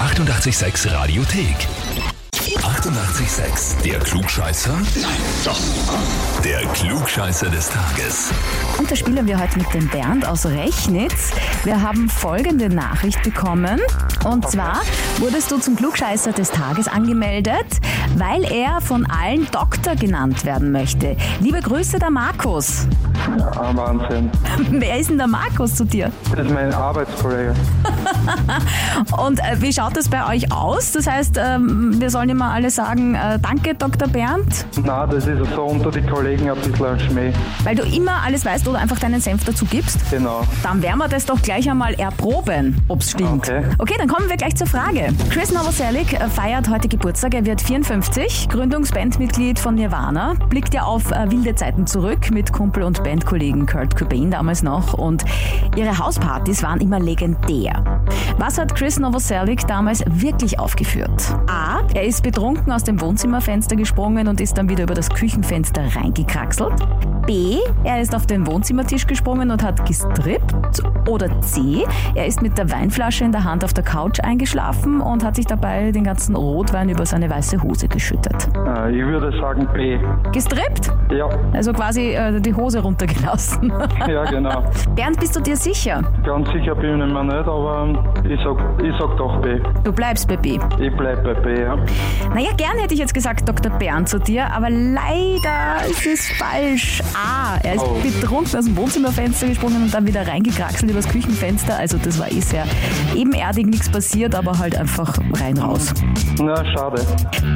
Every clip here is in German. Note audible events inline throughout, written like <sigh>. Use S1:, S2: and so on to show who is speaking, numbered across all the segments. S1: 886 Radiothek. 88,6. Der Klugscheißer? Nein, doch. Der Klugscheißer des Tages.
S2: Und da spielen wir heute mit dem Bernd aus Rechnitz. Wir haben folgende Nachricht bekommen. Und zwar wurdest du zum Klugscheißer des Tages angemeldet, weil er von allen Doktor genannt werden möchte. Liebe Grüße, der Markus. <laughs>
S3: Ah, Wahnsinn.
S2: Wer ist denn der Markus zu dir?
S3: Das ist mein Arbeitskollege.
S2: Und äh, wie schaut das bei euch aus? Das heißt, ähm, wir sollen immer alle sagen, äh, danke Dr. Bernd,
S3: Na, das ist so unter die Kollegen ein bisschen ein Schmäh.
S2: weil du immer alles weißt oder einfach deinen Senf dazu gibst.
S3: Genau.
S2: Dann werden wir das doch gleich einmal erproben, ob's stimmt.
S3: Okay.
S2: dann kommen wir gleich zur Frage. Chris Novoselic äh, feiert heute Geburtstag. Er wird 54, Gründungsbandmitglied von Nirvana, blickt ja auf äh, wilde Zeiten zurück mit Kumpel und Bandkollegen Kurt Cobain damals noch und ihre Hauspartys waren immer legendär. Was hat Chris Novoselic damals wirklich aufgeführt? A. Er ist betrunken aus dem Wohnzimmerfenster gesprungen und ist dann wieder über das Küchenfenster reingekraxelt. B. Er ist auf den Wohnzimmertisch gesprungen und hat gestrippt. Oder C. Er ist mit der Weinflasche in der Hand auf der Couch eingeschlafen und hat sich dabei den ganzen Rotwein über seine weiße Hose geschüttet.
S3: Äh, ich würde sagen B.
S2: Gestrippt?
S3: Ja,
S2: Also quasi äh, die Hose runtergelassen. <laughs>
S3: ja genau. <laughs>
S2: Bernd, bist du dir sicher?
S3: Ganz sicher bin ich mir nicht, aber ähm, ich sag, ich sag doch B.
S2: Du bleibst bei B.
S3: Ich bleib bei B, ja.
S2: Naja, gern hätte ich jetzt gesagt Dr. Bernd zu dir, aber leider ist es falsch. A. Er ist
S3: Oh.
S2: betrunken aus dem Wohnzimmerfenster gesprungen und dann wieder reingekraxelt übers Küchenfenster. Also das war eh sehr ebenerdig, nichts passiert, aber halt einfach rein raus.
S3: Na, schade.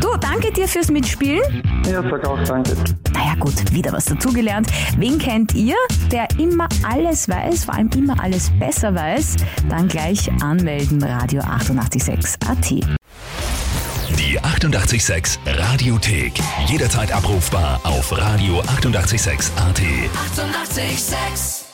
S2: Du, danke dir fürs Mitspielen.
S3: Ich sag auch danke.
S2: Naja gut, wieder was dazugelernt. Wen kennt ihr, der immer alles weiß, vor allem immer alles besser weiß? Dann gleich anmelden, Radio 886 AT.
S1: Die 88,6 Radiothek. Jederzeit abrufbar auf radio886.at. 88,6.
S4: Eighty-eight, sex.